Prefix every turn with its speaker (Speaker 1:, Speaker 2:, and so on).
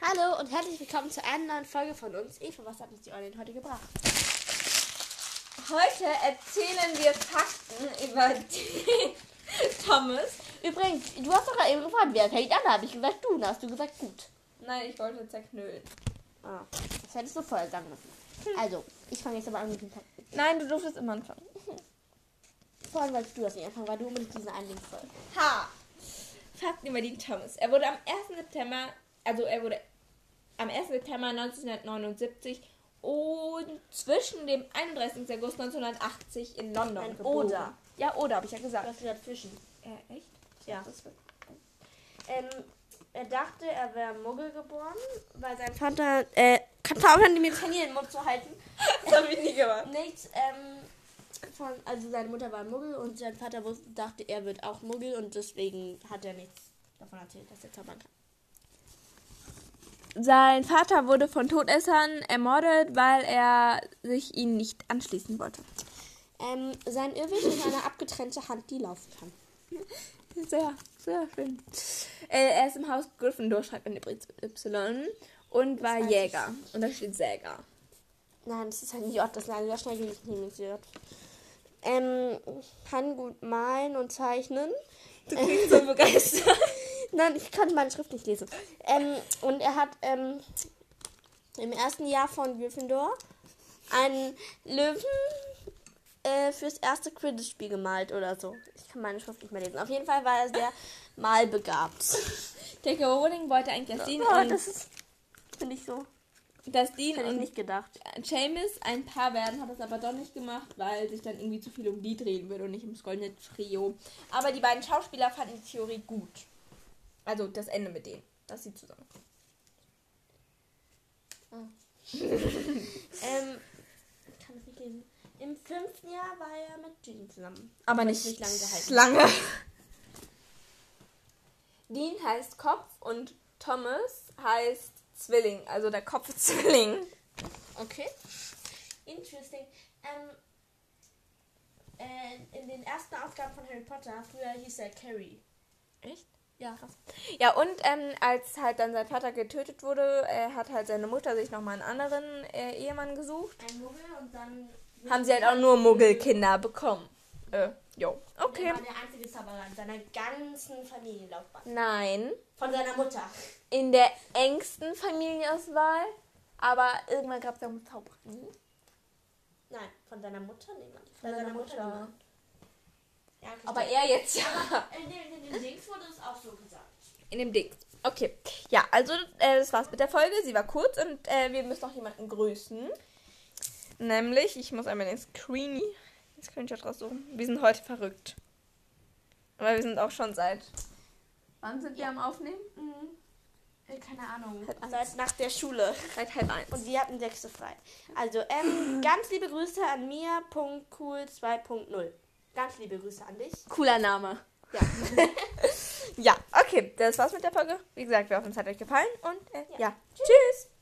Speaker 1: Hallo und herzlich willkommen zu einer neuen Folge von uns. Eva, was hat uns die Online heute gebracht?
Speaker 2: Heute erzählen wir Fakten über die Thomas.
Speaker 1: Übrigens, du hast doch gerade eben gefragt, wer fängt an? Da habe ich gesagt, du. Da hast du gesagt, gut.
Speaker 2: Nein, ich wollte zerknüllen.
Speaker 1: Ah, das hättest du vorher sagen müssen. Also, ich fange jetzt aber an mit dem Fakten.
Speaker 2: Nein, du durftest immer anfangen.
Speaker 1: Vorhin wolltest du das nicht anfangen, weil du unbedingt diesen einen Link sollst.
Speaker 2: Ha! Fakten über den Thomas. Er wurde am 1. September, also er wurde am 1. September 1979 und zwischen dem 31. August 1980 in London
Speaker 1: Ein
Speaker 2: geboren.
Speaker 1: Genau. Oder.
Speaker 2: Ja, oder, habe ich ja
Speaker 1: Du
Speaker 2: gesagt.
Speaker 1: hast gesagt, Fischen.
Speaker 2: Äh, echt?
Speaker 1: Ja.
Speaker 2: Das wird-
Speaker 1: Ähm, er dachte, er wäre Muggel geboren, weil sein Vater. Äh, kannst du aufhören, die mir das Handy in den Mund zu halten?
Speaker 2: Das habe ich nie gemacht.
Speaker 1: Nichts, ähm. Von, also seine Mutter war Muggel und sein Vater wusste, dachte, er wird auch Muggel und deswegen hat er nichts davon erzählt, dass er zaubern kann.
Speaker 2: Sein Vater wurde von Todessern ermordet, weil er sich ihnen nicht anschließen wollte.
Speaker 1: Ähm, sein Irrwicht ist eine abgetrennte Hand, die laufen kann.
Speaker 2: Sehr, sehr schön. Äh, er ist im Haus Gryffindor, schreibt man übrigens mit Y. Und war
Speaker 1: weiß ich.
Speaker 2: Jäger. Und da steht Säger.
Speaker 1: Nein, das ist halt ein J, das ist ein sehr schnell nicht nehmen J. Ähm, kann gut malen und zeichnen.
Speaker 2: Du klingst so begeistert.
Speaker 1: Nein, ich kann meine Schrift nicht lesen. Ähm, und er hat ähm, im ersten Jahr von Gryffindor einen Löwen äh, fürs erste Quidditch-Spiel gemalt oder so. Ich kann meine Schrift nicht mehr lesen. Auf jeden Fall war er sehr malbegabt.
Speaker 2: J.K. Rowling wollte eigentlich, dass Dean
Speaker 1: Oh,
Speaker 2: und,
Speaker 1: das ist, finde ich so,
Speaker 2: dass Dean
Speaker 1: hätte ich
Speaker 2: und
Speaker 1: nicht gedacht.
Speaker 2: Seamus ein Paar werden, hat das aber doch nicht gemacht, weil sich dann irgendwie zu viel um die drehen würde und nicht ums goldene Trio. Aber die beiden Schauspieler fanden die Theorie gut. Also das Ende mit denen, dass sie zusammenkommen.
Speaker 1: Ähm, ich kann es nicht lesen. Im fünften Jahr war er mit Ginny zusammen.
Speaker 2: Aber
Speaker 1: nicht lange gehalten.
Speaker 2: Lange. Dean heißt Kopf und Thomas heißt Zwilling, also der Kopf ist Zwilling.
Speaker 1: Okay. Interesting. Ähm, äh, in den ersten Ausgaben von Harry Potter, früher hieß er Carrie.
Speaker 2: Echt?
Speaker 1: Ja.
Speaker 2: Ja, und ähm, als halt dann sein Vater getötet wurde, äh, hat halt seine Mutter sich nochmal einen anderen äh, Ehemann gesucht.
Speaker 1: Ein Muggel und dann.
Speaker 2: haben sie halt auch nur Muggelkinder bekommen. Äh, jo.
Speaker 1: Okay.
Speaker 2: Okay.
Speaker 1: Er war der einzige Zauberer in seiner ganzen Familienlaufbahn.
Speaker 2: Nein.
Speaker 1: Von seiner Mutter.
Speaker 2: In der engsten Familienauswahl. Aber irgendwann gab es ja einen Zauberer. nie.
Speaker 1: Nein, von seiner Mutter niemand. Von,
Speaker 2: seiner Mutter.
Speaker 1: niemand. Ja, Äh, okay,
Speaker 2: Aber
Speaker 1: stimmt.
Speaker 2: er jetzt ja.
Speaker 1: in den, in den Dings wurde es auch so gesagt.
Speaker 2: In dem Ding. Okay. Ja, also äh, das war's mit der Folge. Sie war kurz und äh, wir müssen noch jemanden grüßen. Nämlich, ich muss einmal den Screeny, den Screenshot raussuchen. Wir sind heute verrückt. Aber wir sind auch schon seit. Wann sind wir am Aufnehmen? Mhm. Äh,
Speaker 1: Keine Ahnung.
Speaker 2: Halb eins.
Speaker 1: Seit Also nach der Schule.
Speaker 2: Seit halb eins.
Speaker 1: Und wir hatten sechste frei. Also, ähm, ganz liebe Grüße an mia.cool 2.0. Ganz liebe Grüße an dich.
Speaker 2: Cooler Name.
Speaker 1: Ja.
Speaker 2: Ja, okay, das war's mit der Folge. Wie gesagt, wir hoffen, es hat euch gefallen und äh, ja.
Speaker 1: Ja.
Speaker 2: Tschüss.